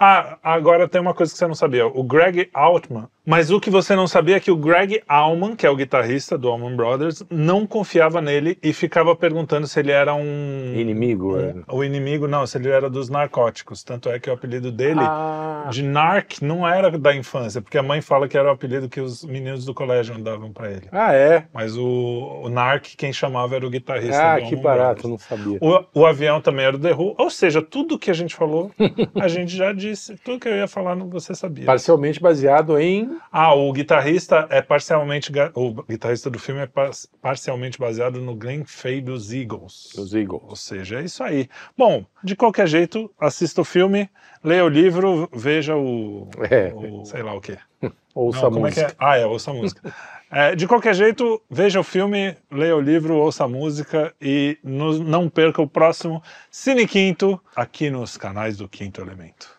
Speaker 1: Ah, agora tem uma coisa que você não sabia, o Greg Altman. Mas o que você não sabia é que o Greg Allman, que é o guitarrista do Allman Brothers, não confiava nele e ficava perguntando se ele era um
Speaker 2: Inimigo, é.
Speaker 1: o inimigo, não, se ele era dos narcóticos. Tanto é que o apelido dele
Speaker 2: Ah,
Speaker 1: de Narc não era da infância, porque a mãe fala que era o apelido que os meninos do colégio davam pra ele.
Speaker 2: ah, é?
Speaker 1: Mas o, o Narc quem chamava era o guitarrista do
Speaker 2: Ah,
Speaker 1: Allman
Speaker 2: que
Speaker 1: Brothers.
Speaker 2: barato, não sabia.
Speaker 1: O, o avião também era o The Who. Ou seja, tudo que a gente falou, a gente já disse. Tudo que eu ia falar, não- você sabia.
Speaker 2: Parcialmente baseado em...
Speaker 1: Ah, o guitarrista é parcialmente... ga- O guitarrista do filme é par- parcialmente baseado no Glenn Fay dos Eagles.
Speaker 2: Os Eagles.
Speaker 1: Ou seja, é isso aí. Bom, de qualquer jeito, assista o filme, leia o livro, veja o...
Speaker 2: É,
Speaker 1: o- sei lá o quê.
Speaker 2: ouça
Speaker 1: Não,
Speaker 2: a
Speaker 1: como é que é?
Speaker 2: música.
Speaker 1: Ah, é, ouça a música. É, de qualquer jeito, veja o filme, leia o livro, ouça a música e nos- não perca o próximo Cine Quinto aqui nos canais do Quinto Elemento.